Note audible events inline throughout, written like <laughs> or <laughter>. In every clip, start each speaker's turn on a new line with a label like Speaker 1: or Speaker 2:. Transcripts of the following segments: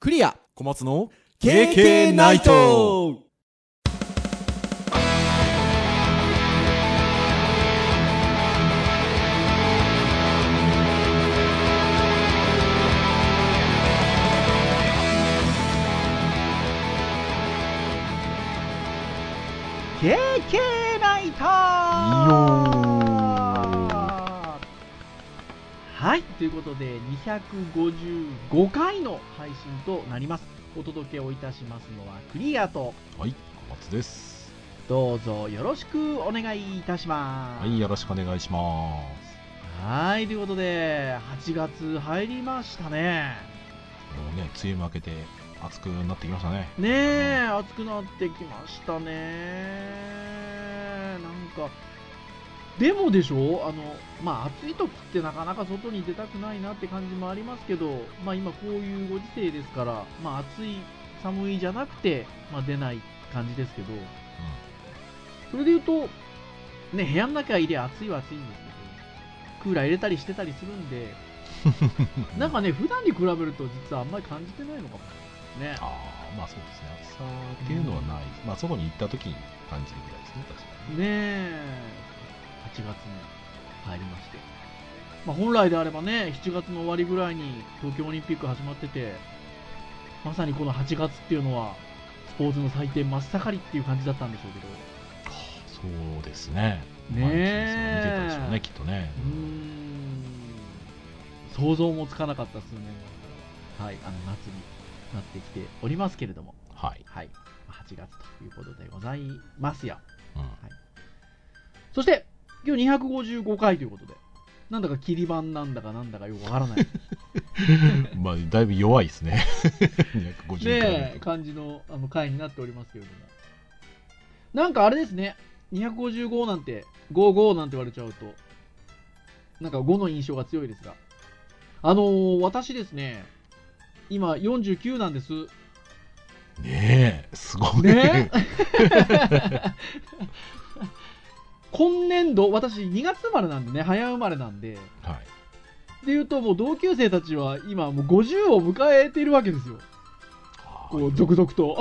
Speaker 1: クリア
Speaker 2: 小松の
Speaker 1: KK ナイト
Speaker 3: ナイターはい、ということで、255回の配信となります。お届けをいたしますのはクリアと、
Speaker 2: はい小松です
Speaker 3: どうぞよろしくお願いいたします。
Speaker 2: はいよろしくお願いします
Speaker 3: はい、ということで、8月入りましたね。
Speaker 2: もうね梅雨も明けて暑くなってきましたね
Speaker 3: ねえ、暑くなってきましたね。なんか、でもでしょあの、まあ暑い時ってなかなか外に出たくないなって感じもありますけど、まあ今こういうご時世ですから、まあ暑い、寒いじゃなくて、まあ出ない感じですけど、それで言うと、ね、部屋の中入れ暑いは暑いんですけど、クーラー入れたりしてたりするんで、なんかね、普段に比べると実はあんまり感じてないのかもしれないです
Speaker 2: あ
Speaker 3: ね。
Speaker 2: あまあそうですね暑さっていうのはない、まあ外に行った時に感じるぐらいですね確か
Speaker 3: ねえ、8月に入りまして、まあ、本来であればね、7月の終わりぐらいに東京オリンピック始まってて、まさにこの8月っていうのは、スポーツの祭典真っ盛りっていう感じだったんでしょうけど、
Speaker 2: にそうですね
Speaker 3: ねえ
Speaker 2: 毎日見てたでしょうねきっとね
Speaker 3: うーん、想像もつかなかった数年後はい、あの夏になってきておりますけれども、
Speaker 2: はい、
Speaker 3: はい、まあ8月ということでございますよ。
Speaker 2: うん、
Speaker 3: そして、今日255回ということで、なんだか切り板なんだかなんだかよくわからないね
Speaker 2: <laughs> まあ、だいぶ弱いですね。250
Speaker 3: え
Speaker 2: 回と
Speaker 3: 感じのあの回になっておりますけれども。なんかあれですね、255なんて、55なんて言われちゃうと、なんか5の印象が強いですが、あのー私ですね、今49なんです。
Speaker 2: ねえ、すごい。
Speaker 3: ね今年度、私2月生まれなんでね、早生まれなんで、
Speaker 2: はい。
Speaker 3: で言うともう同級生たちは今もう50を迎えているわけですよ
Speaker 2: あ
Speaker 3: こう
Speaker 2: ー
Speaker 3: 続々
Speaker 2: <laughs>
Speaker 3: と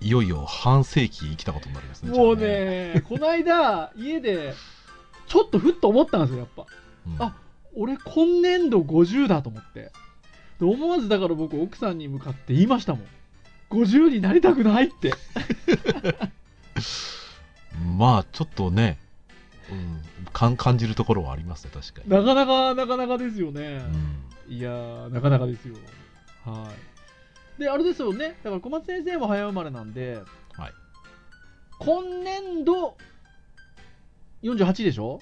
Speaker 2: いよいよ半世紀生きたことになりますね。
Speaker 3: もう
Speaker 2: じゃあ。
Speaker 3: ねこないだ家でちょっとふっと思ったんですよやっぱ
Speaker 2: うん
Speaker 3: あ俺今年度50だと思ってで思わずだから僕奥さんに向かって言いましたもん50になりたくないって
Speaker 2: まあ、ちょっとね、うん、かん感じるところはありますね、確かに。
Speaker 3: なかなかなかなかですよね
Speaker 2: う、ん
Speaker 3: いやーなかなかですよはいであれですよねだから小松先生も早生まれなんで
Speaker 2: はい
Speaker 3: 今年度48でしょ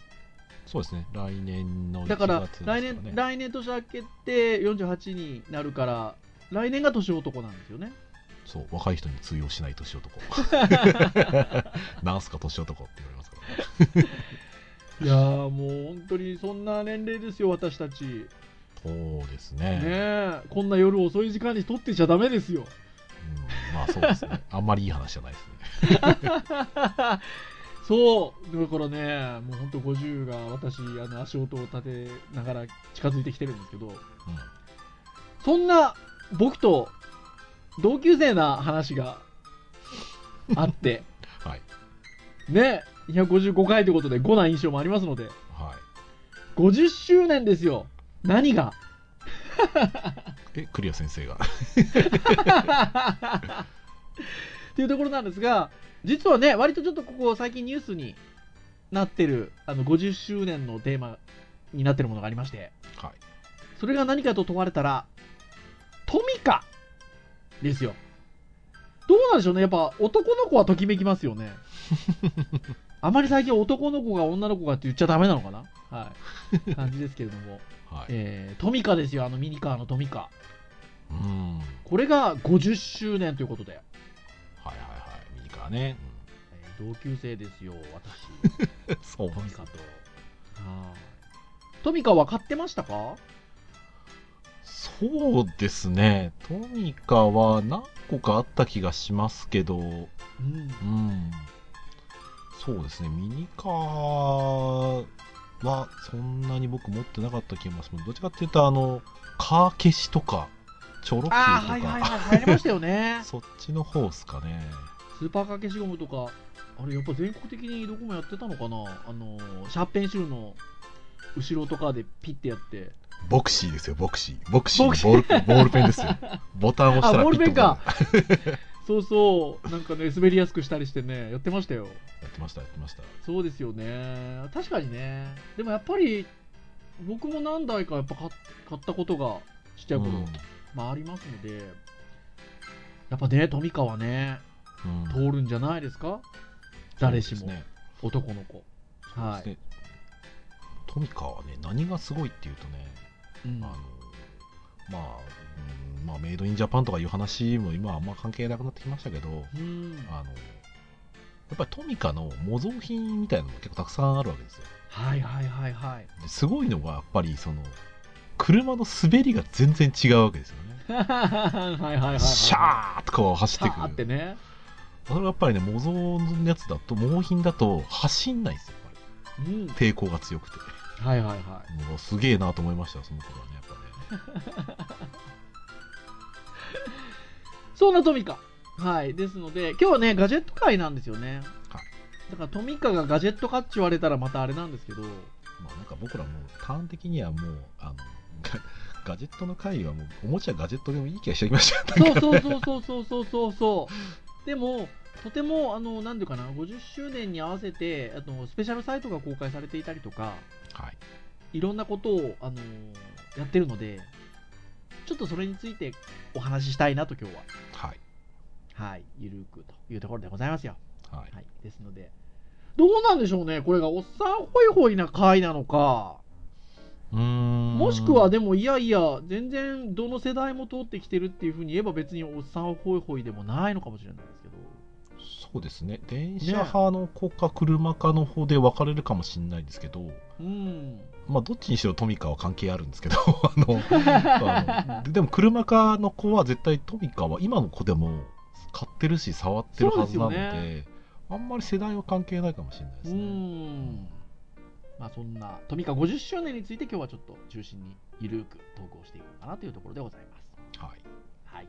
Speaker 2: そうですね、来年の1
Speaker 3: だ
Speaker 2: 月
Speaker 3: から
Speaker 2: です
Speaker 3: 来
Speaker 2: ね
Speaker 3: 年来年年明けて48になるから来年が年男なんですよね
Speaker 2: そう、若い人に通用しない年
Speaker 3: <laughs>
Speaker 2: 男。なんすか、年男って言われますからね。
Speaker 3: いやーもう本当にそんな年齢ですよ私たちね
Speaker 2: そうですね。
Speaker 3: えこんな夜遅い時間に撮ってちゃダメですよ
Speaker 2: うん、まあ、そうですね。あんまりいい話じゃないですね。
Speaker 3: そうだからねもう本当50が私あの足音を立てながら近づいてきてるんですけど
Speaker 2: うん
Speaker 3: そんな僕と同級生な話があって
Speaker 2: はい。
Speaker 3: ね、255回ということで、5な印象もありますので、
Speaker 2: はい。
Speaker 3: 50周年ですよ。何が
Speaker 2: え、クリア先生が。
Speaker 3: っていうところなんですが、実はね、割とちょっとここ最近ニュースになってる、あの、50周年のテーマになってるものがありまして、
Speaker 2: はい。
Speaker 3: それが何かと問われたら、トミカですよ。どうなんでしょうね。やっぱ男の子はときめきますよ
Speaker 2: <laughs>
Speaker 3: ね。あまり最近男の子が女の子がって言っちゃダメなのかなはい。感じですけれども。
Speaker 2: <laughs> はい。
Speaker 3: えートミカですよ。あのミニカーのトミカ。
Speaker 2: うん。はい
Speaker 3: これが50周年ということで。
Speaker 2: はいはい。ミニカーね。
Speaker 3: えー同級生ですよ。私。
Speaker 2: う
Speaker 3: <laughs>
Speaker 2: ん、そう
Speaker 3: トミカと。はいトミカは買ってましたか
Speaker 2: そうですね。トミカは何個かあった気がしますけど、う
Speaker 3: うん。
Speaker 2: ん。そうですね。ミニカーはそんなに僕持ってなかった気がします。どっちかっていうと、あの、カー消しとか、チョロ Q とか、。
Speaker 3: ああ、はいはいはい、入りましたよね
Speaker 2: そっちの方っすかね。
Speaker 3: <laughs> スーパーかけしゴムとか、あれ、やっぱ全国的にどこもやってたのかな、あのーシャーペンシルの後ろとかでピッてやって、
Speaker 2: ボクシーですよ、ボクシー。ボクシーの
Speaker 3: ボクシ
Speaker 2: ボールペン、ボールペンです <laughs> よ。ボタン押した
Speaker 3: あ
Speaker 2: ら
Speaker 3: ボールペンか
Speaker 2: ピッと
Speaker 3: <laughs> そうそう、なんかね、滑りやすくしたりしてね、やってましたよ。
Speaker 2: やってました、やってました。
Speaker 3: そうですよね、確かにね、でもやっぱり、僕も何台かやっぱ買っ買ったことがちっちゃい頃、
Speaker 2: うん
Speaker 3: まあありますので、やっぱね、富川ね、
Speaker 2: うん
Speaker 3: 通るんじゃないですか、誰し
Speaker 2: そう
Speaker 3: も
Speaker 2: です、ね
Speaker 3: 男の子。
Speaker 2: そう
Speaker 3: は
Speaker 2: で
Speaker 3: い
Speaker 2: すねトミカはね、何がすごいっていうとね、
Speaker 3: うん
Speaker 2: あのまあ、うんまあ、メイドインジャパンとかいう話も今はあんま関係なくなってきましたけど、
Speaker 3: うん
Speaker 2: あのやっぱりトミカの模造品みたいなのも結構たくさんあるわけですよ。
Speaker 3: はいはいはいはい。
Speaker 2: ですごいのがやっぱりその車の滑りが全然違うわけですよね。
Speaker 3: はいはいはいはい。
Speaker 2: シャーッとこう走って
Speaker 3: シャーっ
Speaker 2: く
Speaker 3: て
Speaker 2: る。
Speaker 3: ね。
Speaker 2: それがやっぱりね、模造のやつだと、模品だと走んないんですよ、やっぱ
Speaker 3: うん。
Speaker 2: り抵抗が強くて。
Speaker 3: はいはいは
Speaker 2: もうすげえなと思いましたよ、その頃はね、やっぱね。
Speaker 3: い。そんなトミカ。はい。ですので、今日はね、ガジェット界なんですよね。
Speaker 2: はい
Speaker 3: だからトミカがガジェットかって言われたらまたあれなんですけど、
Speaker 2: まあ、なんか僕らもうターン的にはもうあのガガジェットの回はもうおもちゃガジェットでもいい気がしてきましたね
Speaker 3: そうそうそうそうそうそうそうそう。でも、とても、あの、なんていうかな、50周年に合わせて、あの、スペシャルサイトが公開されていたりとか、
Speaker 2: はい、
Speaker 3: いろんなことを、あのやってるので、ちょっとそれについてお話ししたいなと今日は。
Speaker 2: はい
Speaker 3: はい、ゆるくというところでございますよ。
Speaker 2: はい、
Speaker 3: はい、ですので、どうなんでしょうね、これがおっさんホイホイな回なのか、
Speaker 2: うーん
Speaker 3: もしくはでも、いやいや、全然どの世代も通ってきてるっていうふうに言えば、別におっさんホイホイでもないのかもしれないですけど、
Speaker 2: そうですね電車派の子か車かの方で分かれるかもしれないですけど、
Speaker 3: うん、
Speaker 2: まあどっちにしろトミカは関係あるんですけど <laughs> あ
Speaker 3: <laughs>
Speaker 2: のあのででも車かの子は絶対トミカは今の子でも買ってるし触ってるはずなので
Speaker 3: そうで
Speaker 2: あんまり世代は関係ないかもしれないで
Speaker 3: う
Speaker 2: すね。
Speaker 3: ん、まあそんな、トミカ50周年について、今日はちょっと中心にゆるく投稿していこうかなというところでございます。
Speaker 2: はい
Speaker 3: はい。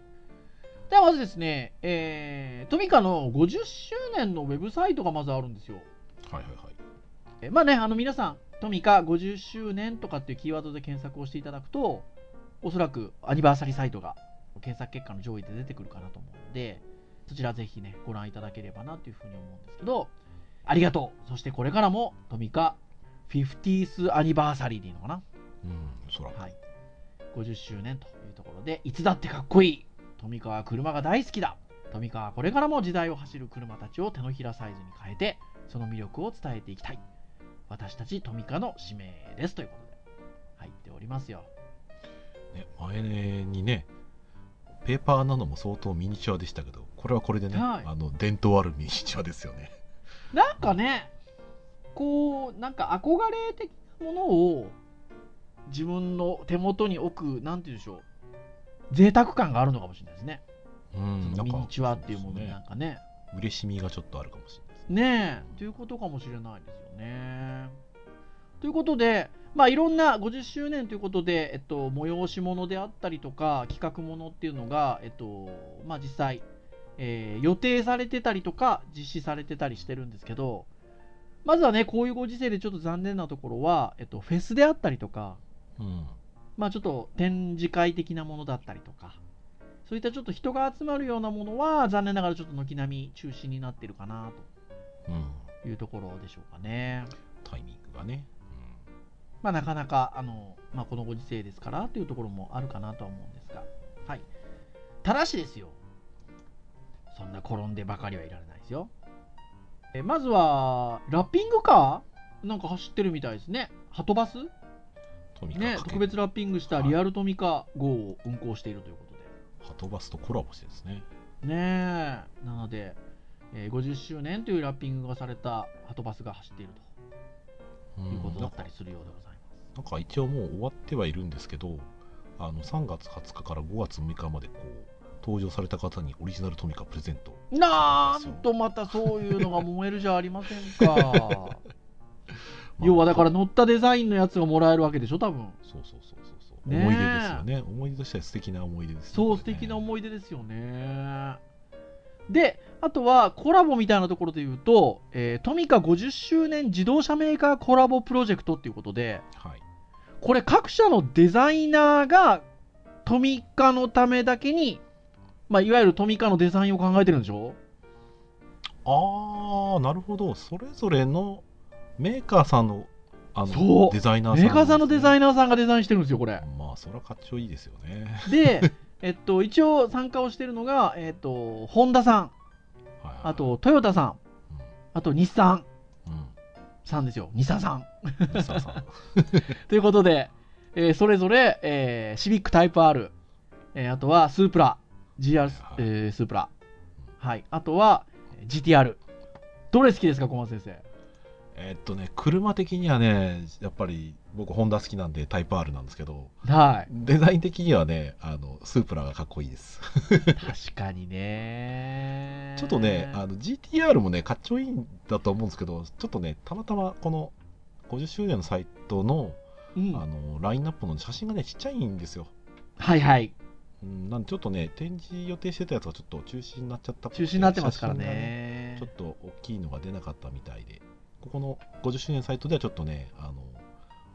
Speaker 3: ではまずですね、えートミカの50周年のウェブサイトがまずあるんですよ。
Speaker 2: はいはいはい
Speaker 3: えーまあね、あの皆さん、トミカ50周年とかっていうキーワードで検索をしていただくと、おそらくアニバーサリーサイトが検索結果の上位で出てくるかなと思うので、そちらぜひね、ご覧いただければなというふうに思うんですけど、ありがとう。そしてこれからもトミカ 50th アニバーサリーでいいのかな
Speaker 2: うんそら
Speaker 3: はい、50周年というところでいつだってかっこいい富川は車が大好きだ富川はこれからも時代を走る車たちを手のひらサイズに変えてその魅力を伝えていきたい私たち富川の使命ですということで入っておりますよ
Speaker 2: ね、前にねペーパーなのも相当ミニチュアでしたけどこれはこれでね、
Speaker 3: はい
Speaker 2: あの伝統あるミニチュアですよね
Speaker 3: なんかねこうなんか憧れ的なものを自分の手元に置くなんて言うんでしょう贅沢感があるのかもしれないですね、
Speaker 2: う
Speaker 3: そ
Speaker 2: ん
Speaker 3: のミニチュアっていうもの
Speaker 2: ね
Speaker 3: になんかね
Speaker 2: 嬉しみがちょっとあるかもしれないです
Speaker 3: ねえということかもしれないですよね。ということで、まあ、いろんな50周年ということで、えっと、催し物であったりとか企画物っていうのが、えっとまあ、実際、えー予定されてたりとか実施されてたりしてるんですけどまずはねこういうご時世でちょっと残念なところは、えっと、フェスであったりとか、
Speaker 2: うん
Speaker 3: まあ、ちょっと展示会的なものだったりとかそういったちょっと人が集まるようなものは残念ながらちょっと軒並み中止になってるかなと。
Speaker 2: うん
Speaker 3: というところでしょうかね。
Speaker 2: タイミングがね、
Speaker 3: まあ、なかなかあの、まあ、このご時世ですからというところもあるかなとは思うんですが、はい、ただしですよ、そんな転んでばかりはいられないですよ。えまずは、ラッピングカーなんか走ってるみたいですね。はとバス、
Speaker 2: うん、トミカ
Speaker 3: ね、特別ラッピングしたリアルトミカ号を運行しているということで。
Speaker 2: ハトバスとコラボしてですね
Speaker 3: ねえなので、えー50周年というラッピングがされたはとバスが走っている
Speaker 2: うん
Speaker 3: ということだ
Speaker 2: な
Speaker 3: ったりするようでございます。
Speaker 2: なんか一応もう終わってはいるんですけどあの3月20日から5月6日までこう登場された方にオリジナルトミカプレゼント
Speaker 3: なんとまたそういうのが燃えるじゃありませんか <laughs> 要はだから乗ったデザインのやつがもらえるわけでしょ多分
Speaker 2: そうそうそうそうそう
Speaker 3: ねえ
Speaker 2: 思い出ですよね思い出としては素敵な思い出ですね、
Speaker 3: そう、
Speaker 2: こ
Speaker 3: 素
Speaker 2: れね
Speaker 3: 敵な思い出ですよね。で、あとはコラボみたいなところで言うと、えートミカ50周年自動車メーカーコラボプロジェクトっていうことで、
Speaker 2: はい
Speaker 3: これ各社のデザイナーがトミカのためだけに、まあ、いわゆるトミカのデザインを考えてるんでしょ
Speaker 2: ああなるほどそれぞれのメーカーさんのあ
Speaker 3: そ
Speaker 2: の
Speaker 3: う
Speaker 2: デザイナーさん
Speaker 3: メーカーさんのデザ
Speaker 2: イ
Speaker 3: イナーさんがデザインしてるんですよ、これ。
Speaker 2: まあそらかっちょいいですよね
Speaker 3: で、 <laughs> えっと、一応参加をしてるのが、えっと、ホンダさん、
Speaker 2: はいはい
Speaker 3: あとトヨタさん、あと日産
Speaker 2: うん、うん
Speaker 3: さんですよ、日産さん。
Speaker 2: 西沢さん <laughs>
Speaker 3: ということで、えーそれぞれ、えーシビックタイプ R、えーあとはスープラ、GR ス、えースープラ、はい、あとはえー GTR。どれ好きですか、小松先生。
Speaker 2: えっとね車的にはねやっぱり僕ホンダ好きなんでタイプ R なんですけど
Speaker 3: はい、
Speaker 2: デザイン的にはねあのスープラがかっこいいです
Speaker 3: <laughs> 確かにね。
Speaker 2: ちょっとね、あの GTR もね、かっちょいいんだと思うんですけど、ちょっとね、たまたまこの50周年のサイトの,、
Speaker 3: うん
Speaker 2: あのラインナップの写真がね、ちっちゃいんですよ。
Speaker 3: はいはい、
Speaker 2: うん、なんでちょっとね、展示予定してたやつがちょっと中止になっちゃったっぽくて
Speaker 3: 中止になってますからね。
Speaker 2: 写真がねちょっと大きいのが出なかったみたいで、ここの50周年サイトではちょっとね、あの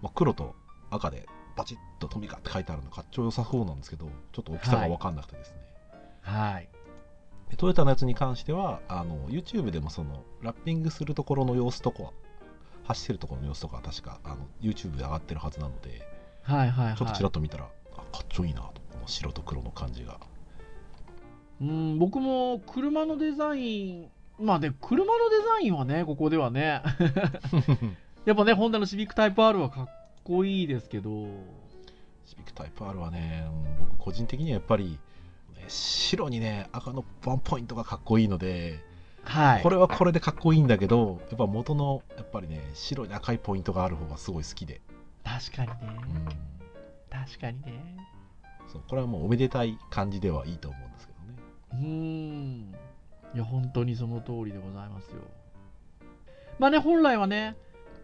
Speaker 2: まあ、黒と赤でバチッとトミカって書いてあるの、かっちょよさそうなんですけど、ちょっと大きさが分かんなくてですね。
Speaker 3: はい、
Speaker 2: でトヨタのやつに関してはあの YouTube でもそのラッピングするところの様子とか走ってるところの様子とかは確かあの YouTube で上がってるはずなので
Speaker 3: はいはいはい。
Speaker 2: ちょっとちらっと見たら、あかっちょいいなとこの白と黒の感じが
Speaker 3: うん、僕も車のデザイン、まあね、車のデザインはね、ここではね、 <laughs> やっぱね、ホンダのシビックタイプ R はかっこいいですけど、
Speaker 2: シビックタイプ R はねうん僕個人的にはやっぱりね白にね赤のワンポイントがかっこいいので、
Speaker 3: はい。
Speaker 2: これはこれでかっこいいんだけどやっぱ元のやっぱりね白に赤いポイントがある方がすごい好きで、
Speaker 3: 確かに
Speaker 2: う
Speaker 3: ね、
Speaker 2: ん、
Speaker 3: 確かにね。
Speaker 2: そうこれはもうおめでたい感じではいいと思うんですけどね
Speaker 3: うん。いや、本当にその通りでございますよ。まあね、本来はね、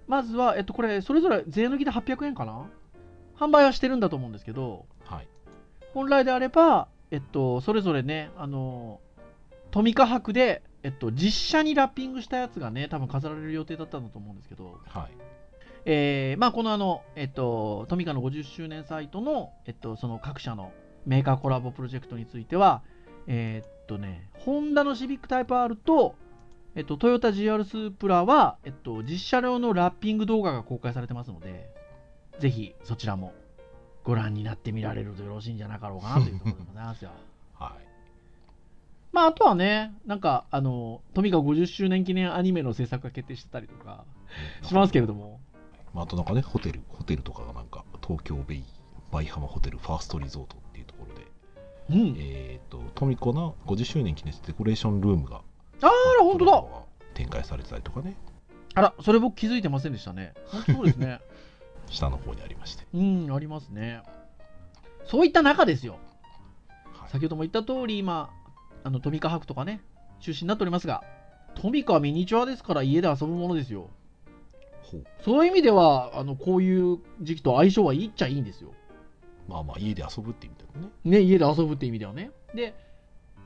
Speaker 3: まずは、えっと、これ、それぞれ税抜きで800円かな販売はしてるんだと思うんですけど、
Speaker 2: はい
Speaker 3: 本来であれば、えっと、それぞれね、あの、トミカ博で、えっと、実写にラッピングしたやつがね、多分飾られる予定だったんだと思うんですけど、
Speaker 2: はい
Speaker 3: えーまあ、このあの、えっと、トミカの50周年サイトの、えっと、その各社のメーカーコラボプロジェクトについては、えーっとね、ホンダのシビックタイプ R と、えっと、トヨタ GR スープラは、えっと、実写用のラッピング動画が公開されてますので、ぜひそちらもご覧になってみられるとよろしいんじゃなかろうかなというところでござい <laughs> ますよ。
Speaker 2: はい
Speaker 3: まあ、あとはね、なんか、あの、トミカ50周年記念アニメの制作が決定してたりとかしますけれども。
Speaker 2: まあ、あとなんかね、ホテル、ホテルとかがなんか、東京ベイ、舞浜ホテル、ファーストリゾートっていうところで、
Speaker 3: うん。
Speaker 2: えっ、と、トミコの50周年記念してデコレーションルームが、
Speaker 3: あら、本当だ
Speaker 2: 展開されてたりとかね、
Speaker 3: あら、それ僕気づいてませんでしたね。本当そうですね。
Speaker 2: 下の方にありまして。
Speaker 3: うん、ありますね。そういった中ですよ。
Speaker 2: はい
Speaker 3: 先ほども言った通り、今、あのトミカ博とかね、中止になっておりますが、トミカはミニチュアですから家で遊ぶものですよ。
Speaker 2: ほう
Speaker 3: そういう意味では、あのこういう時期と相性はいいっちゃいいんですよ。
Speaker 2: まあまあ、家で遊ぶって意味だよね。
Speaker 3: ね、家で遊ぶって意味ではね。で、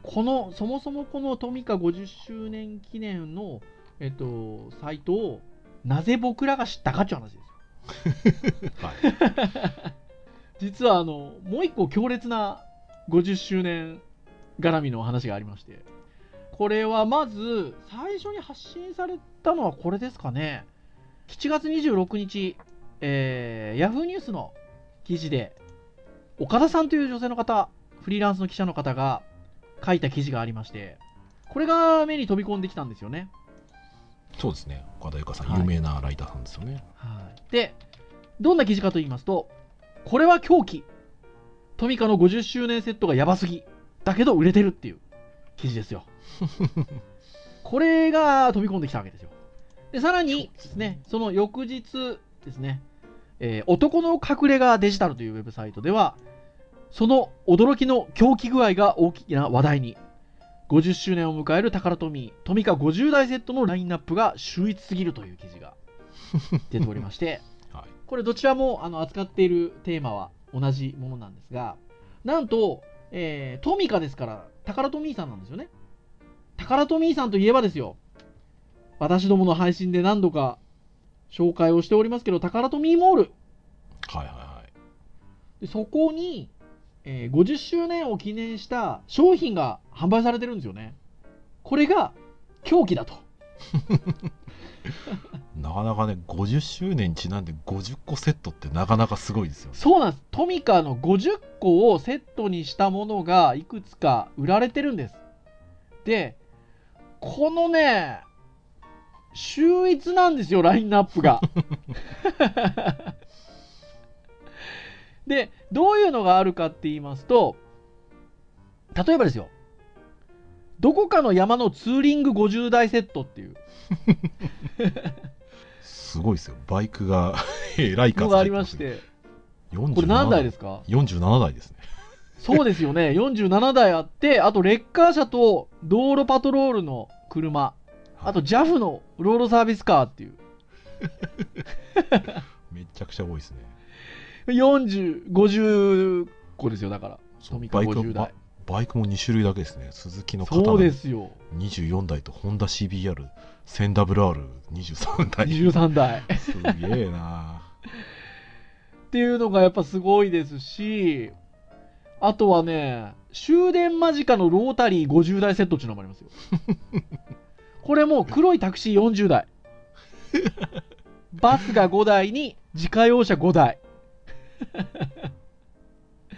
Speaker 3: この、そもそもこのトミカ50周年記念の、えっと、サイトを、なぜ僕らが知ったかっていう話ですよ。
Speaker 2: はい。
Speaker 3: 実はあのもう一個強烈な50周年絡みの話がありましてこれはまず最初に発信されたのはこれですかね7月26日、えー、ヤフーニュースの記事で岡田さんという女性の方フリーランスの記者の方が書いた記事がありましてこれが目に飛び込んできたんですよね
Speaker 2: そうですね。岡田由香さん、
Speaker 3: はい
Speaker 2: 有名なライターさんですよね。
Speaker 3: で、どんな記事かと言いますと、これは狂気。トミカの50周年セットがやばすぎ。だけど売れてるっていう記事です <laughs> よ。これが飛び込んできたわけですよ。で、さらにですね、その翌日ですね、えー男の隠れ家デジタルというウェブサイトでは、その驚きの狂気具合が大きな話題に。50周年を迎えるタカラトミー、トミカ50台セットのラインナップが秀逸すぎると
Speaker 2: <laughs>
Speaker 3: いう記事が出ておりまして、
Speaker 2: はい。
Speaker 3: これどちらもあの扱っているテーマは同じものなんですが、なんと、えートミカですから、タカラトミーさんなんですよね。タカラトミーさんといえばですよ、私どもの配信で何度か紹介をしておりますけど、タカラトミーモール。
Speaker 2: はいは
Speaker 3: でそこに、えー50周年を記念した商品が販売されてるんですよね。これが狂気だと。
Speaker 2: いなかなかね50周年にちなんで50個セットってなかなかすごいですよね
Speaker 3: そうなんです。トミカの50個をセットにしたものがいくつか売られてるんです。で、このね、秀逸なんですよ、ラインナップが。 <laughs> で、どういうのがあるかって言いますと、例えばですよ、どこかの山のツーリング50台セットっていう
Speaker 2: すごいですよバイクが <laughs> えらい数
Speaker 3: のがありまして、これ何台ですすか
Speaker 2: 47台ですね
Speaker 3: そうですよね、47台あ
Speaker 2: <laughs>
Speaker 3: って、あとレッカー車と道路パトロールの車、あと JAF のロードサービスカーっていう、
Speaker 2: めちゃくちゃ多いですね
Speaker 3: 40、50個ですよ、だから、トミカ
Speaker 2: バイク
Speaker 3: 50
Speaker 2: バ
Speaker 3: 台。
Speaker 2: バイクも2種類だけですね鈴木の刀
Speaker 3: そうですよ、
Speaker 2: 24台とホンダ CBR1000WR23 台
Speaker 3: 23台。
Speaker 2: <laughs> すげえな
Speaker 3: っていうのがやっぱすごいですし、あとはね、終電間近のロータリー50台セットっていうのもあります
Speaker 2: <laughs>
Speaker 3: よ。これもう黒いタクシー40台。
Speaker 2: <laughs>
Speaker 3: バスが5台に自家用車5台。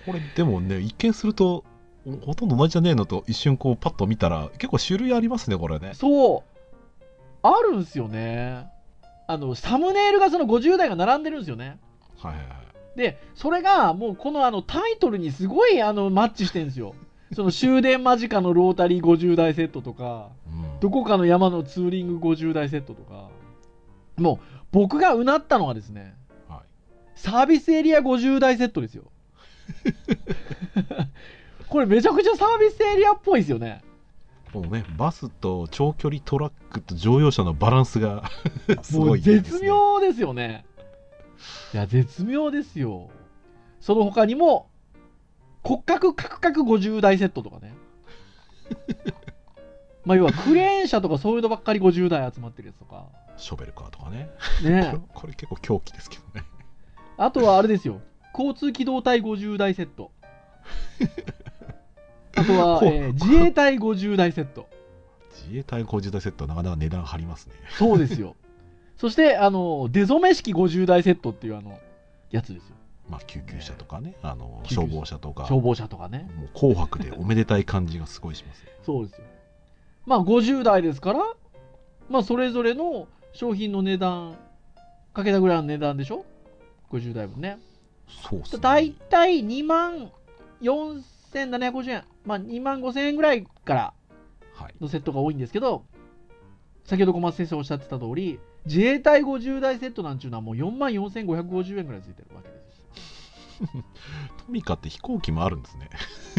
Speaker 2: これでもね一見するとほほとんど同じじゃねえのと一瞬こうパッと見たら結構種類ありますねこれね
Speaker 3: そう。あるんすよね。あの、サムネイルがその50代が並んでるんですよね。
Speaker 2: はいはいはい
Speaker 3: で、それがもうこのあのタイトルにすごいあのマッチしてるんですよ。その終電間近のロータリー50台セットとか、
Speaker 2: うん
Speaker 3: どこかの山のツーリング50台セットとか、もう僕がうなったのはですね、
Speaker 2: は
Speaker 3: サービスエリア50台セットですよ。 <laughs> これめちゃくちゃサービスエリアっぽいですよね。
Speaker 2: い、このねバスと長距離トラックと乗用車のバランスがす
Speaker 3: も
Speaker 2: ご
Speaker 3: う
Speaker 2: いいいです、ね、
Speaker 3: 絶妙ですよね。いや、絶妙ですよ。その他にも、骨格カクカク50台セットとか
Speaker 2: <laughs>
Speaker 3: ね。まあ、要はクレーン車とかそういうのばっかり50台集まってるやつとか。
Speaker 2: ショベルカーとかねこ
Speaker 3: ね
Speaker 2: れ。これ結構狂気ですけどね
Speaker 3: あとはあれですよ。交通機動隊50台セット。あとは、
Speaker 2: ほう
Speaker 3: えー自衛隊50台セット。
Speaker 2: 自衛隊の50台セットはなかなか値段張りますね
Speaker 3: そうですよ。そして、あの、出初め式50台セットっていうあの、やつですよ。
Speaker 2: まあ救急車とかねあの
Speaker 3: 救急車
Speaker 2: 消防車とか
Speaker 3: 消防車とかね。
Speaker 2: もう紅白でおめでたい感じがすごいしますね
Speaker 3: そうですよ。まあ50代ですから、まあそれぞれの商品の値段、かけたぐらいの値段でしょ ?50 代分ね。
Speaker 2: そうっすね
Speaker 3: だいたい2万4750円。まあ2万5000円ぐらいから
Speaker 2: はい
Speaker 3: のセットが多いんですけど、先ほど小松先生おっしゃってた通り、自衛隊50代セットなんていうのはもう4万4550円ぐらいついてるわけで
Speaker 2: トミカって飛行機もあるんですね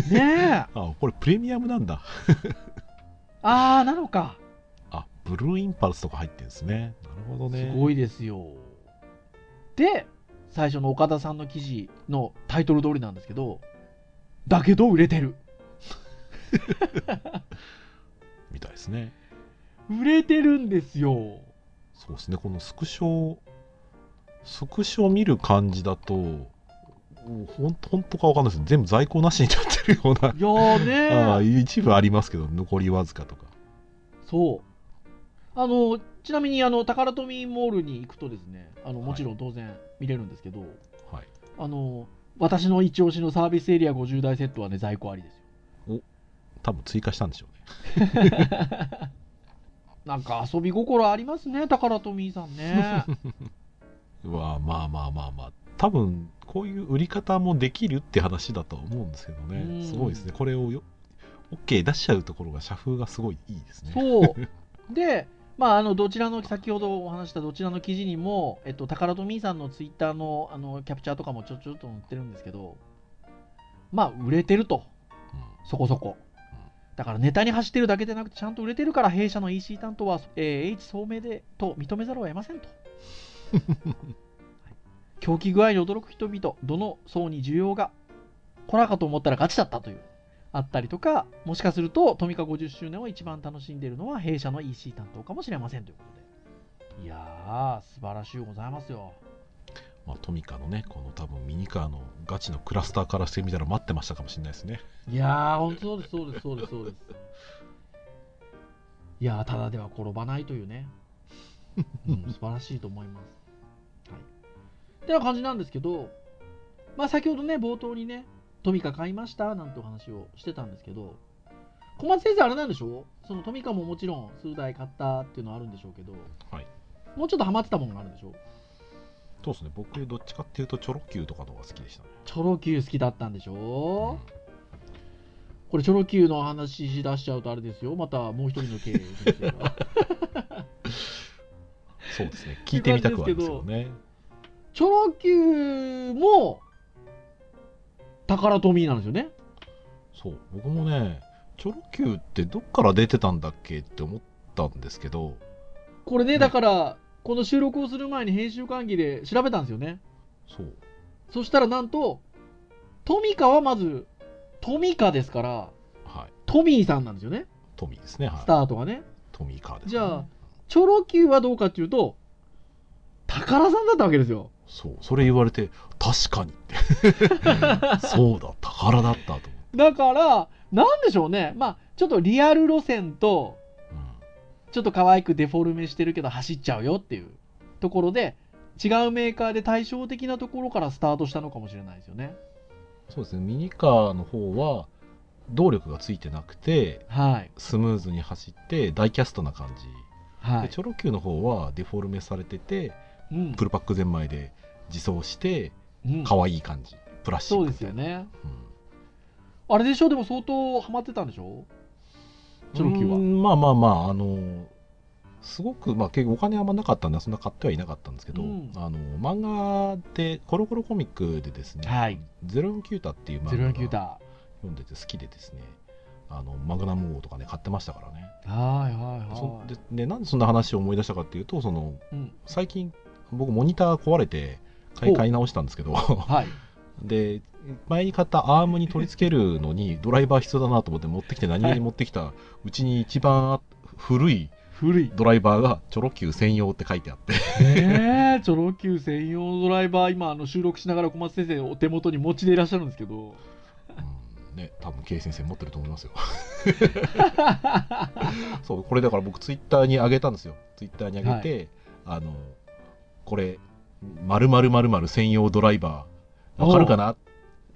Speaker 3: すよ。ねえ。
Speaker 2: あこれプレミアムなんだ
Speaker 3: あー、なのか。
Speaker 2: あブルーインパルスとか入ってるんですねなるほど
Speaker 3: す
Speaker 2: ね
Speaker 3: ごいですよ。で、最初の岡田さんの記事のタイトル通りなんですけど、だけど売れてる。
Speaker 2: みたいですね
Speaker 3: 売れてるんですよ。
Speaker 2: そうですねこのスクショスクショ見る感じだとほん本当かわかんないです全部在庫なしになってるようない
Speaker 3: やー
Speaker 2: あ
Speaker 3: ねー
Speaker 2: ー一部ありますけど残りわずかとか
Speaker 3: そう。あの、ちなみに、あの、宝富モールに行くとですね、あの、もちろん当然見れるんですけど、
Speaker 2: はい
Speaker 3: あの、私の一押しのサービスエリア50台セットはね、在庫ありですよ。
Speaker 2: 多分追加したんでしょうね
Speaker 3: なんか遊び心ありますね、宝富さんね。 <laughs>
Speaker 2: うわまあまあまあまあ多分こういう売り方もできるって話だとは思うんですけど
Speaker 3: うん
Speaker 2: ねすごいですねこれをよ OK 出しちゃうところが社風がすごいいいですね
Speaker 3: そう。で、まあ、あの、どちらの、先ほどお話したどちらの記事にも、えっと、宝富さんのツイッターの、あの、キャプチャーとかもちょちょっと載ってるんですけど、まあ、売れてると、
Speaker 2: うん
Speaker 3: そこそこ
Speaker 2: うん。
Speaker 3: だからネタに走ってるだけでなくてちゃんと売れてるから弊社の EC 担当は、えー H 聡明でと認めざるを得ませんと。はい狂気具合に驚く人々、どの層に需要が、コラかと思ったらガチだったという、あったりとか、もしかすると、トミカ50周年を一番楽しんでいるのは弊社の EC 担当かもしれませんということで。いやー、素晴らしゅうございますよ。
Speaker 2: まあ、トミカのね、この多分ミニカーのガチのクラスターからしてみたら待ってましたかもしれないですね。
Speaker 3: いやー、本当そうです、そうです、そうです、そうです。いやー、ただでは転ばないとい
Speaker 2: <laughs>
Speaker 3: うね、うん、素晴らしいと思います。はい。てな感じなんですけど、まあ、先ほどね、冒頭にね、トミカ買いましたなんてお話をしてたんですけど、小松先生、あれなんでしょうそのトミカももちろん数台買ったっていうのはあるんでしょうけど、
Speaker 2: はい
Speaker 3: もうちょっとハマってたものがあるんでしょう
Speaker 2: そうですね、僕どっちかっていうとチョロ Q とかの方が好きでしたね。
Speaker 3: チョロ Q 好きだったんでし
Speaker 2: うん
Speaker 3: ょうこれチョロ Q の話し出しちゃうとあれですよまたもう一人の経営先生が
Speaker 2: そうですね、聞いてみたくはありますよね。
Speaker 3: チョロ Q も宝トミーなんですよね
Speaker 2: そう、僕もね、チョロ Q ってどっから出てたんだっけって思ったんですけど、
Speaker 3: これね
Speaker 2: ね
Speaker 3: だからこの収録をする前に編集会議で調べたんですよね
Speaker 2: そう、
Speaker 3: そしたらなんとトミカはまずトミカですから
Speaker 2: はい、
Speaker 3: トミーさんなんですよね
Speaker 2: トミーですね、
Speaker 3: ス
Speaker 2: は
Speaker 3: タートが
Speaker 2: い、
Speaker 3: ね
Speaker 2: トミーカーです、ね。
Speaker 3: じゃあチョロ Q はどうかっていうと宝さんだったわけですよ
Speaker 2: そう、それ言われて、確かにって。 <laughs> そうだ、宝だったと思って。
Speaker 3: だからなんでしょうねまあちょっとリアル路線と
Speaker 2: うん
Speaker 3: ちょっと可愛くデフォルメしてるけど走っちゃうよっていうところで違うメーカーで対照的なところからスタートしたのかもしれないですよね。
Speaker 2: そうですねミニカーの方は動力がついてなくて
Speaker 3: はい。
Speaker 2: スムーズに走ってダイキャストな感じ、
Speaker 3: は
Speaker 2: で
Speaker 3: い。
Speaker 2: チョロ Q の方はデフォルメされてて
Speaker 3: うん
Speaker 2: プ。ルパックゼンマイで自走して
Speaker 3: うん
Speaker 2: 可愛い感じ、プラスチック
Speaker 3: そうですよ
Speaker 2: み
Speaker 3: ね。
Speaker 2: たいな、
Speaker 3: あれでしょでも相当ハマってたんでしょ
Speaker 2: うん
Speaker 3: チョロ Q
Speaker 2: う
Speaker 3: は。
Speaker 2: んまあまあまああのすごくまあ結構お金あんまなかったんでそんな買ってはいなかったんですけど、
Speaker 3: うん
Speaker 2: あの漫画でコロコロコミックでですね「
Speaker 3: はい。
Speaker 2: ゼロンキュータ」っていう漫
Speaker 3: ゼロ
Speaker 2: 画が
Speaker 3: 四キュータ
Speaker 2: 読んでて好きでですねあのマグナム号とかね買ってましたからね
Speaker 3: ー。はいはい
Speaker 2: そ
Speaker 3: はい
Speaker 2: で。でなんでそんな話を思い出したかっていうとその
Speaker 3: うん。
Speaker 2: 最近僕モニター壊れて買い買い直したんですけど
Speaker 3: はい。
Speaker 2: で前に買ったアームに取り付けるのにドライバー必要だなと思って持ってきて何気に持ってきたうちに一番古い
Speaker 3: 古い。
Speaker 2: ドライバーがチョロ Q 専用って書いてあって
Speaker 3: ねえ、 <laughs> チョロ Q 専用ドライバー、今あの収録しながら小松先生お手元に持ちでいらっしゃるんですけど。
Speaker 2: うんね多分 K 先生持ってると思いますよ <laughs> そうこれだから僕ツイッターに上げたんですよツイッターに上げて、あのこれ〇〇〇〇専用ドライバーわかるかな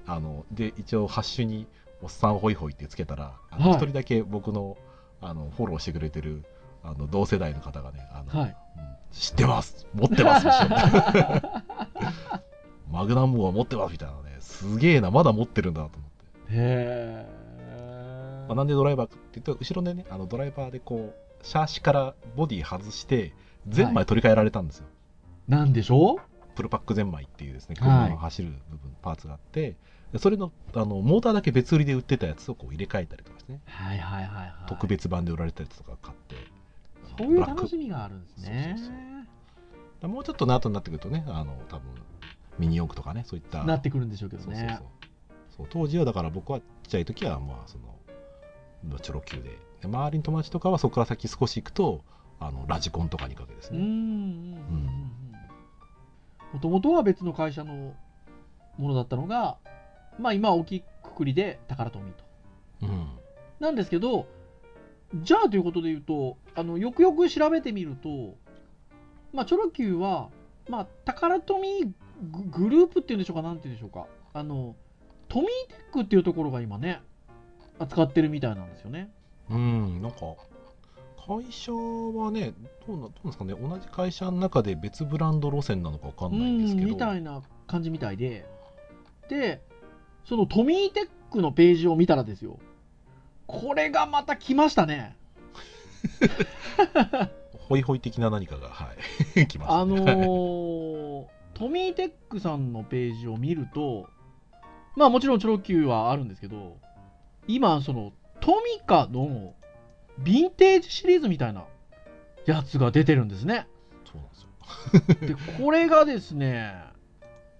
Speaker 2: あので一応ハッシュに「おっさんホイホイ」ってつけたらあの
Speaker 3: はい
Speaker 2: 一人だけ僕の,、あのフォローしてくれてるあの同世代の方がねあの、
Speaker 3: はい。
Speaker 2: うん知ってます持ってます一緒 <laughs> マグナム号は持ってますみたいなねすげえなまだ持ってるんだと思って、
Speaker 3: へえ。
Speaker 2: まあ、なんでドライバーかっていうと後ろでねあのドライバーでこうシャーシからボディ外してゼンマイ取り替えられたんですよ、
Speaker 3: なんでしょ
Speaker 2: プルパックゼンマイっていうですね
Speaker 3: はい
Speaker 2: 車の走る部分パーツがあって、でそれのあのモーターだけ別売りで売ってたやつをこう入れ替えたりとかしてね、
Speaker 3: うはいはいはいはい。
Speaker 2: 特別版で売られたやつとか買って
Speaker 3: そういう
Speaker 2: ブラック
Speaker 3: 楽しみがあるんですね。
Speaker 2: そうそうもうちょっとの後になってくるとねあの多分ミニ四駆とかねそういった
Speaker 3: なってくるんでしょうけど
Speaker 2: そう
Speaker 3: ね。
Speaker 2: そうそうそう当時はだから僕はちっちゃい時はまあそのまあチョロ Q でで周りの友達とかはそこから先少し行くとあのラジコンとかに行くわけです
Speaker 3: う
Speaker 2: ね、
Speaker 3: んうんうんうん。もともとは別の会社のものだったのが、まあ今は大きいくくりで宝富
Speaker 2: う
Speaker 3: と。
Speaker 2: ん
Speaker 3: なんですけど、じゃあということで言うと、あのよくよく調べてみると、まあ、チョロ Q は、まあ、宝富ググループっていうんでしょうか、なんていうんでしょうか、あのトミーテックっていうところが今ね、扱ってるみたいなんですよね。
Speaker 2: うんなんか会社はねどうなどうなんですかね同じ会社の中で別ブランド路線なのかわか
Speaker 3: うん
Speaker 2: ないんです
Speaker 3: ん、
Speaker 2: けど
Speaker 3: みたいな感じみたいで、で、そのトミーテックのページを見たらですよ、これがまた来ましたね。
Speaker 2: ホイホイ的な何かがはい <laughs> 来ました、ね、
Speaker 3: あのートミーテックさんのページを見ると、まあもちろんチョロ Q はあるんですけど、今、そのトミカのヴィンテージシリーズみたいなやつが出てるんですね。
Speaker 2: そうなんですよ
Speaker 3: で、これがですね、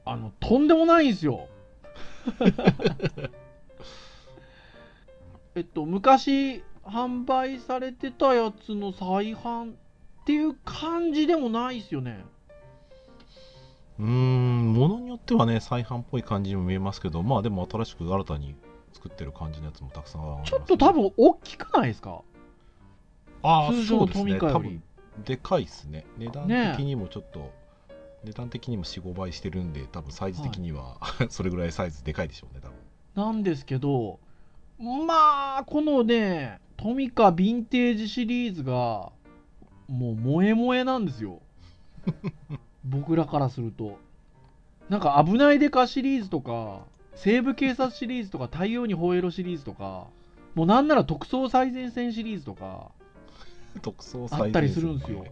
Speaker 3: あの、とんでもないんですよ。 <laughs> えっと、昔販売されてたやつの再販っていう感じでもないですよね。
Speaker 2: うーん、ものによってはね、再販っぽい感じにも見えますけど、まあでも新しく新たに作ってる感じのやつもたくさんあります
Speaker 3: ちょ
Speaker 2: ね
Speaker 3: っと多分大きくないですか
Speaker 2: ああ
Speaker 3: 通常のト
Speaker 2: そうで
Speaker 3: ミ
Speaker 2: す
Speaker 3: カ
Speaker 2: ね、
Speaker 3: よ
Speaker 2: 多
Speaker 3: り
Speaker 2: 分でかいっすね。値段
Speaker 3: ねえ
Speaker 2: 的にもちょっと、値段的にも4、5倍してるんで、多分サイズ的には、 <laughs> それぐらいサイズでかいでしょうね、多分。
Speaker 3: なんですけど、まあ、このね、トミカヴィンテージシリーズが、もう萌え萌えなんですよ。僕らからすると。なんか、危ないデカシリーズとか、西部警察シリーズとか、太陽に吠えろシリーズとか、もうなんなら特捜最前線シリーズとか、
Speaker 2: 特装
Speaker 3: あ
Speaker 2: サ
Speaker 3: っ
Speaker 2: イズ
Speaker 3: たりするんですよ。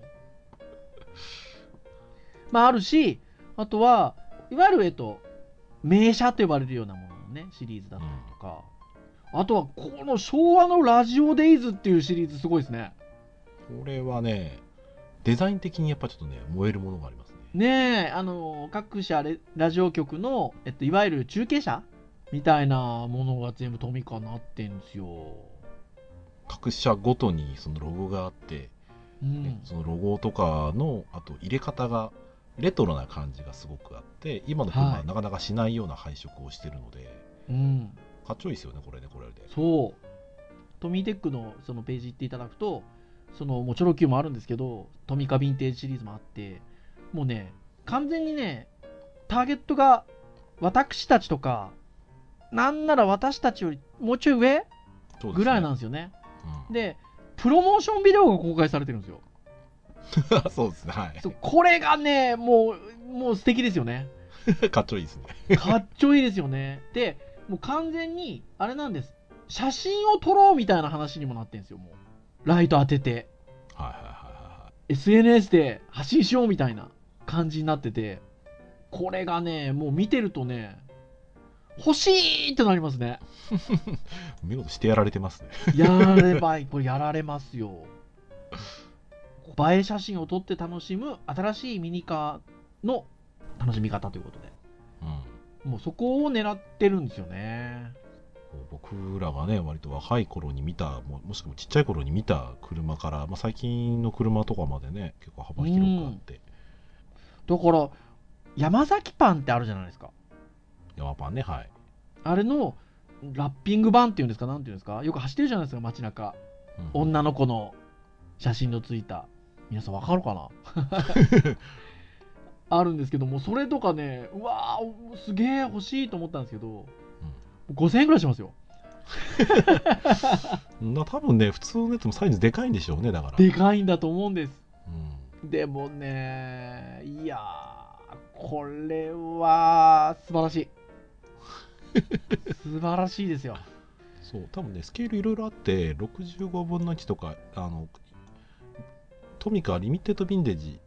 Speaker 3: まあ、あるし、あとは、いわゆる、えっと、名車と呼ばれるようなもののね、シリーズだったりとか、あとは、この昭和のラジオデイズっていうシリーズすごいですね。
Speaker 2: これはね、デザイン的にやっぱちょっとね、燃えるものがありますね。
Speaker 3: ねえ、あの、各社レラジオ局の、えっと、いわゆる中継車みたいなものが全部トミカになってんですよ。
Speaker 2: 各社ごとにそのロゴがあって、
Speaker 3: うん。
Speaker 2: ねそのロゴとかの、あと入れ方が、レトロな感じがすごくあって、今の車
Speaker 3: は
Speaker 2: はいなかなかしないような配色をしてるので、
Speaker 3: うん。
Speaker 2: かっちょいいですよね、これね、これで。
Speaker 3: そう。トミーテックのそのページ行っていただくと、そのもうチョロ Q もあるんですけど、トミカヴィンテージシリーズもあって、もうね、完全にね、ターゲットが私たちとか、なんなら私たちよりもうちょい上
Speaker 2: そうですね
Speaker 3: ぐらいなんですよね。
Speaker 2: うん
Speaker 3: で、プロモーションビデオが公開されてるんですよ。
Speaker 2: <laughs> そうですね、は
Speaker 3: そうこれがね、もう、もう素敵ですよね。
Speaker 2: い。かっちょいいですね。
Speaker 3: かっちょいいですよね。で、もう完全に、あれなんです。写真を撮ろうみたいな話にもなってんですよ、もう。ライト当てて、
Speaker 2: はいはいはいは
Speaker 3: SNS で発信しようみたいな感じになってて、これがね、もう見てるとね、欲しいってなりますね。
Speaker 2: いはい。見事してやられてますね。
Speaker 3: やらればい、これやられますよ。映え写真を撮って楽しむ新しいミニカーの楽しみ方ということで、
Speaker 2: うん。
Speaker 3: もうそこを狙ってるんですよね。
Speaker 2: こう僕らがね、割と若い頃に見た、ももしくはちっちゃい頃に見た車から、まあ、最近の車とかまでね、結構幅広くあって、
Speaker 3: だから山崎パンってあるじゃないですか
Speaker 2: ヤマパンね、はい。
Speaker 3: あれのラッピング版っていうんですかなんていうんですかよく走ってるじゃないですか街中
Speaker 2: うん
Speaker 3: 女の子の写真のついた皆さんわかるか <laughs> なあるんですけどもそれとかねうわーおすげえ欲しいと思ったんですけど、5000円ぐらいしますよ
Speaker 2: な多分ね、普通のやつもサイズでかいんでしょうね、だから。
Speaker 3: でかいんだと思うんです
Speaker 2: うん
Speaker 3: でもねいやーこれは素晴らし <laughs> い素晴らしいですよ
Speaker 2: そう多分ねスケールいろいろあって65分の1とかあのトミカリミテッドヴィンテージ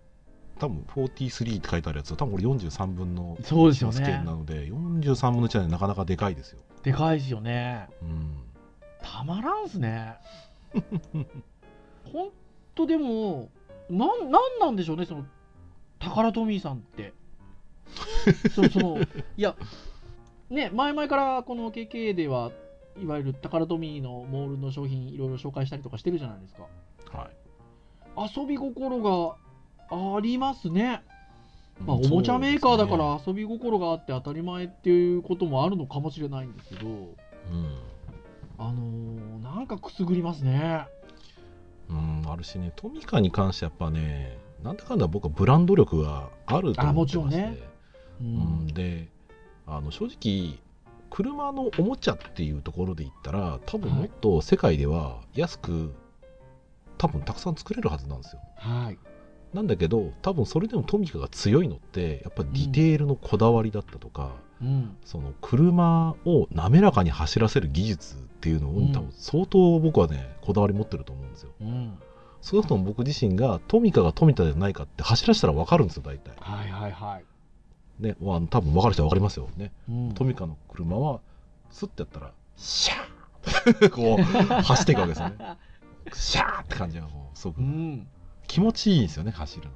Speaker 2: 多分43って書いてあるやつは多分俺43分の
Speaker 3: そうですよ
Speaker 2: 1
Speaker 3: ね
Speaker 2: のスケールなので43分の1はねなかなかでかいですよ、
Speaker 3: でかいですよね
Speaker 2: うん、
Speaker 3: たまらんっすね <laughs> ほんとでもなんなんなんでしょうねそのタカラトミーさんって <laughs> そそのいやね前々からこの KK ではいわゆるタカラトミーのモールの商品いろいろ紹介したりとかしてるじゃないですか
Speaker 2: はい
Speaker 3: 遊び心がありますね、まあ、
Speaker 2: うん
Speaker 3: おもちゃメーカーだか
Speaker 2: そ
Speaker 3: ら遊び心があって当たり前っていうこともあるのかもしれないんですけど
Speaker 2: うですね
Speaker 3: あのー、なんかくすぐりますね。
Speaker 2: うん、うん、あるしねトミカに関してやっぱねなんだかんだ僕はブランド力があると思ってまして
Speaker 3: あもちろんねう
Speaker 2: うん、であの正直車のおもちゃっていうところで言ったら多分もっと世界では安く多分たくさん作れるはずなんですよ
Speaker 3: はい。
Speaker 2: なんだけど多分それでもトミカが強いのってやっぱディテールのこだわりだったとか、
Speaker 3: うん。
Speaker 2: その車を滑らかに走らせる技術っていうのを
Speaker 3: うん
Speaker 2: 多分相当僕はねこだわり持ってると思うんですよ
Speaker 3: うん。
Speaker 2: 少なくとも僕自身がトミカがトミタじゃないかって走らせたら分かるんですよ大体
Speaker 3: はいはいはい。
Speaker 2: ねまあ多分分かる人は分かりますよね
Speaker 3: うん
Speaker 2: トミカの車はスッてやったら <laughs> シャーッこう走っていくわけです
Speaker 3: <laughs>
Speaker 2: よねシャーって感じがもうすご
Speaker 3: う
Speaker 2: く
Speaker 3: ん。
Speaker 2: 気持ちいいんですよね走るの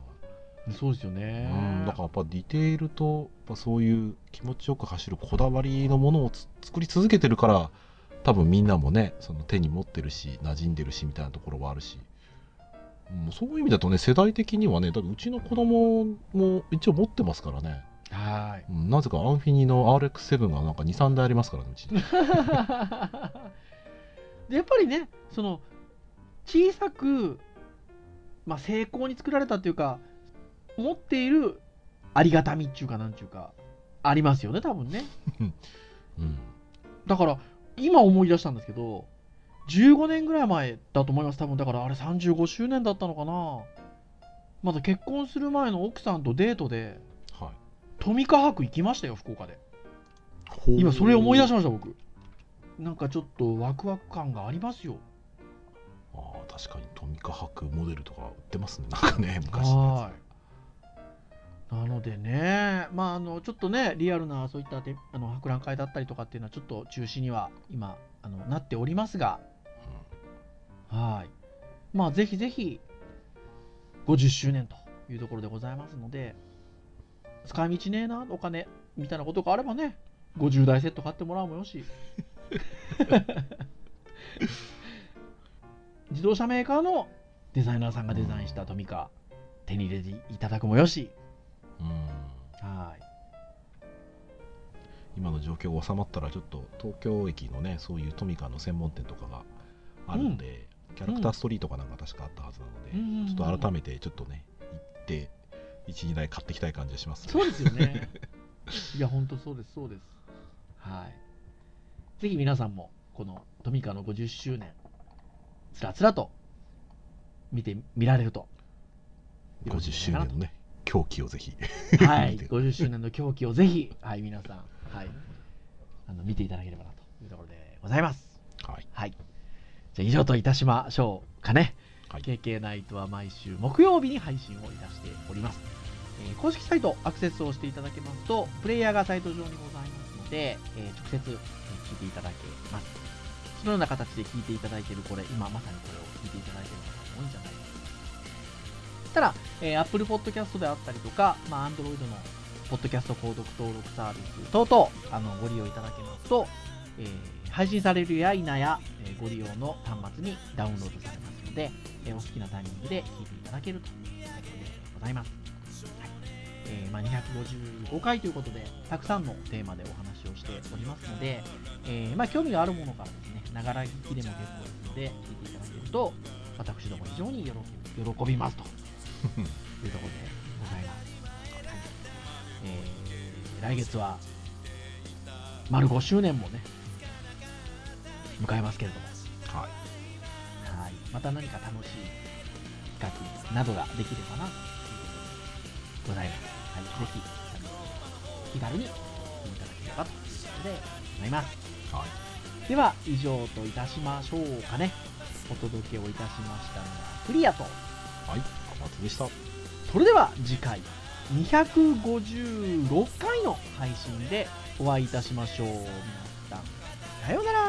Speaker 2: は
Speaker 3: そうですよね
Speaker 2: うん、だからやっぱディテールとやっぱそういう気持ちよく走るこだわりのものをつ作り続けてるから多分みんなもねその手に持ってるし馴染んでるしみたいなところはあるし、うん、そういう意味だとね世代的にはねだってうちの子供も一応持ってますからね、
Speaker 3: はーい
Speaker 2: うんなぜかアンフィニの RX7 がなんか23台ありますからねうちに
Speaker 3: でやっぱりねその小さく、まあ、成功に作られたっていうか持っているありがたみっていうかなんていうかありますよね多分ね
Speaker 2: うん
Speaker 3: だから今思い出したんですけど15年ぐらい前だと思います多分だからあれ35周年だったのかなまだ結婚する前の奥さんとデートで
Speaker 2: はい
Speaker 3: トミカ博行きましたよ福岡で今それ思い出しました僕なんかちょっとワクワク感がありますよ
Speaker 2: あー確かにトミカ博モデルとか売ってますねなんかね昔のや
Speaker 3: はーいなのでね、まあ、あのちょっとね、リアルなそういったてあの博覧会だったりとかっていうのは、ちょっと中止には今あの、なっておりますが、はーいまあ、ぜひぜひ、50周年というところでございますので、使い道ねえな、お金みたいなことがあればね、50台セット買ってもらうもよし。 <laughs> 自動車メーカーのデザイナーさんがデザインしたトミカ、手に入れていただくもよし。
Speaker 2: つうんうん
Speaker 3: はい。
Speaker 2: 今の状況が収まったらちょっと東京駅のねそういうトミカの専門店とかがあるんで、キャラクターストリートかなんか確かあったはずなので、
Speaker 3: うん
Speaker 2: ちょっと改めてちょっとね行って12台買ってきたい感じがしますね
Speaker 3: そうですよ
Speaker 2: <laughs>
Speaker 3: ね。いや、本当そうです、そうです。はい。ぜひ皆さんも、このトミカの50周年、つらつらと見てみられると。
Speaker 2: 50周年のね狂気をぜひ
Speaker 3: <laughs>
Speaker 2: <laughs>
Speaker 3: はい、50周年の狂気をぜひ、はい、皆さん、はい、あの見ていただければなというところでございます。
Speaker 2: はい
Speaker 3: はい。じゃあ以上といたしましょうかね。
Speaker 2: はい
Speaker 3: KK ナイトは毎週木曜日に配信をいたしております。えー公式サイトアクセスをしていただけますと、プレイヤーがサイト上にございますので、えー直接えー聞いていただけます。そのような形で聞いていただいているこれ、今まさにこれを聞いていただいている方も多いんじゃないかと。ただ、えー Apple Podcast であったりとか、まあ、Android のポッドキャスト購読登録サービス等々あのご利用いただけますと、えー配信されるや否や、えーご利用の端末にダウンロードされますので、えーお好きなタイミングで聞いていただけるということでございます、はいえーまあ、255回ということでたくさんのテーマでお話をしておりますので、えーまあ、興味があるものからですねながら聞きでも結構ですので聞いていただけると私ども非常に喜び喜びますというところでございますえー来月は丸5周年もね迎えますけれども
Speaker 2: はい
Speaker 3: はいまた何か楽しい企画などができればなということでございます、はい、ぜひあの気軽にお聞きいただければということでございます
Speaker 2: はい
Speaker 3: では以上といたしましょうかねお届けをいたしましたのはクリアと
Speaker 2: はいお待ちでした
Speaker 3: それでは次回256回の配信でお会いいたしましょう皆さんさようなら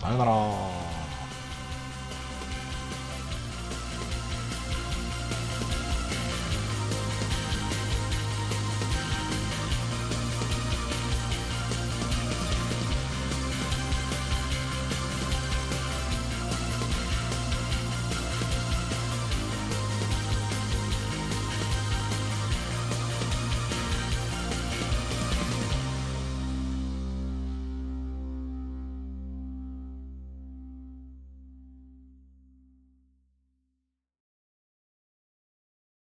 Speaker 2: さよなら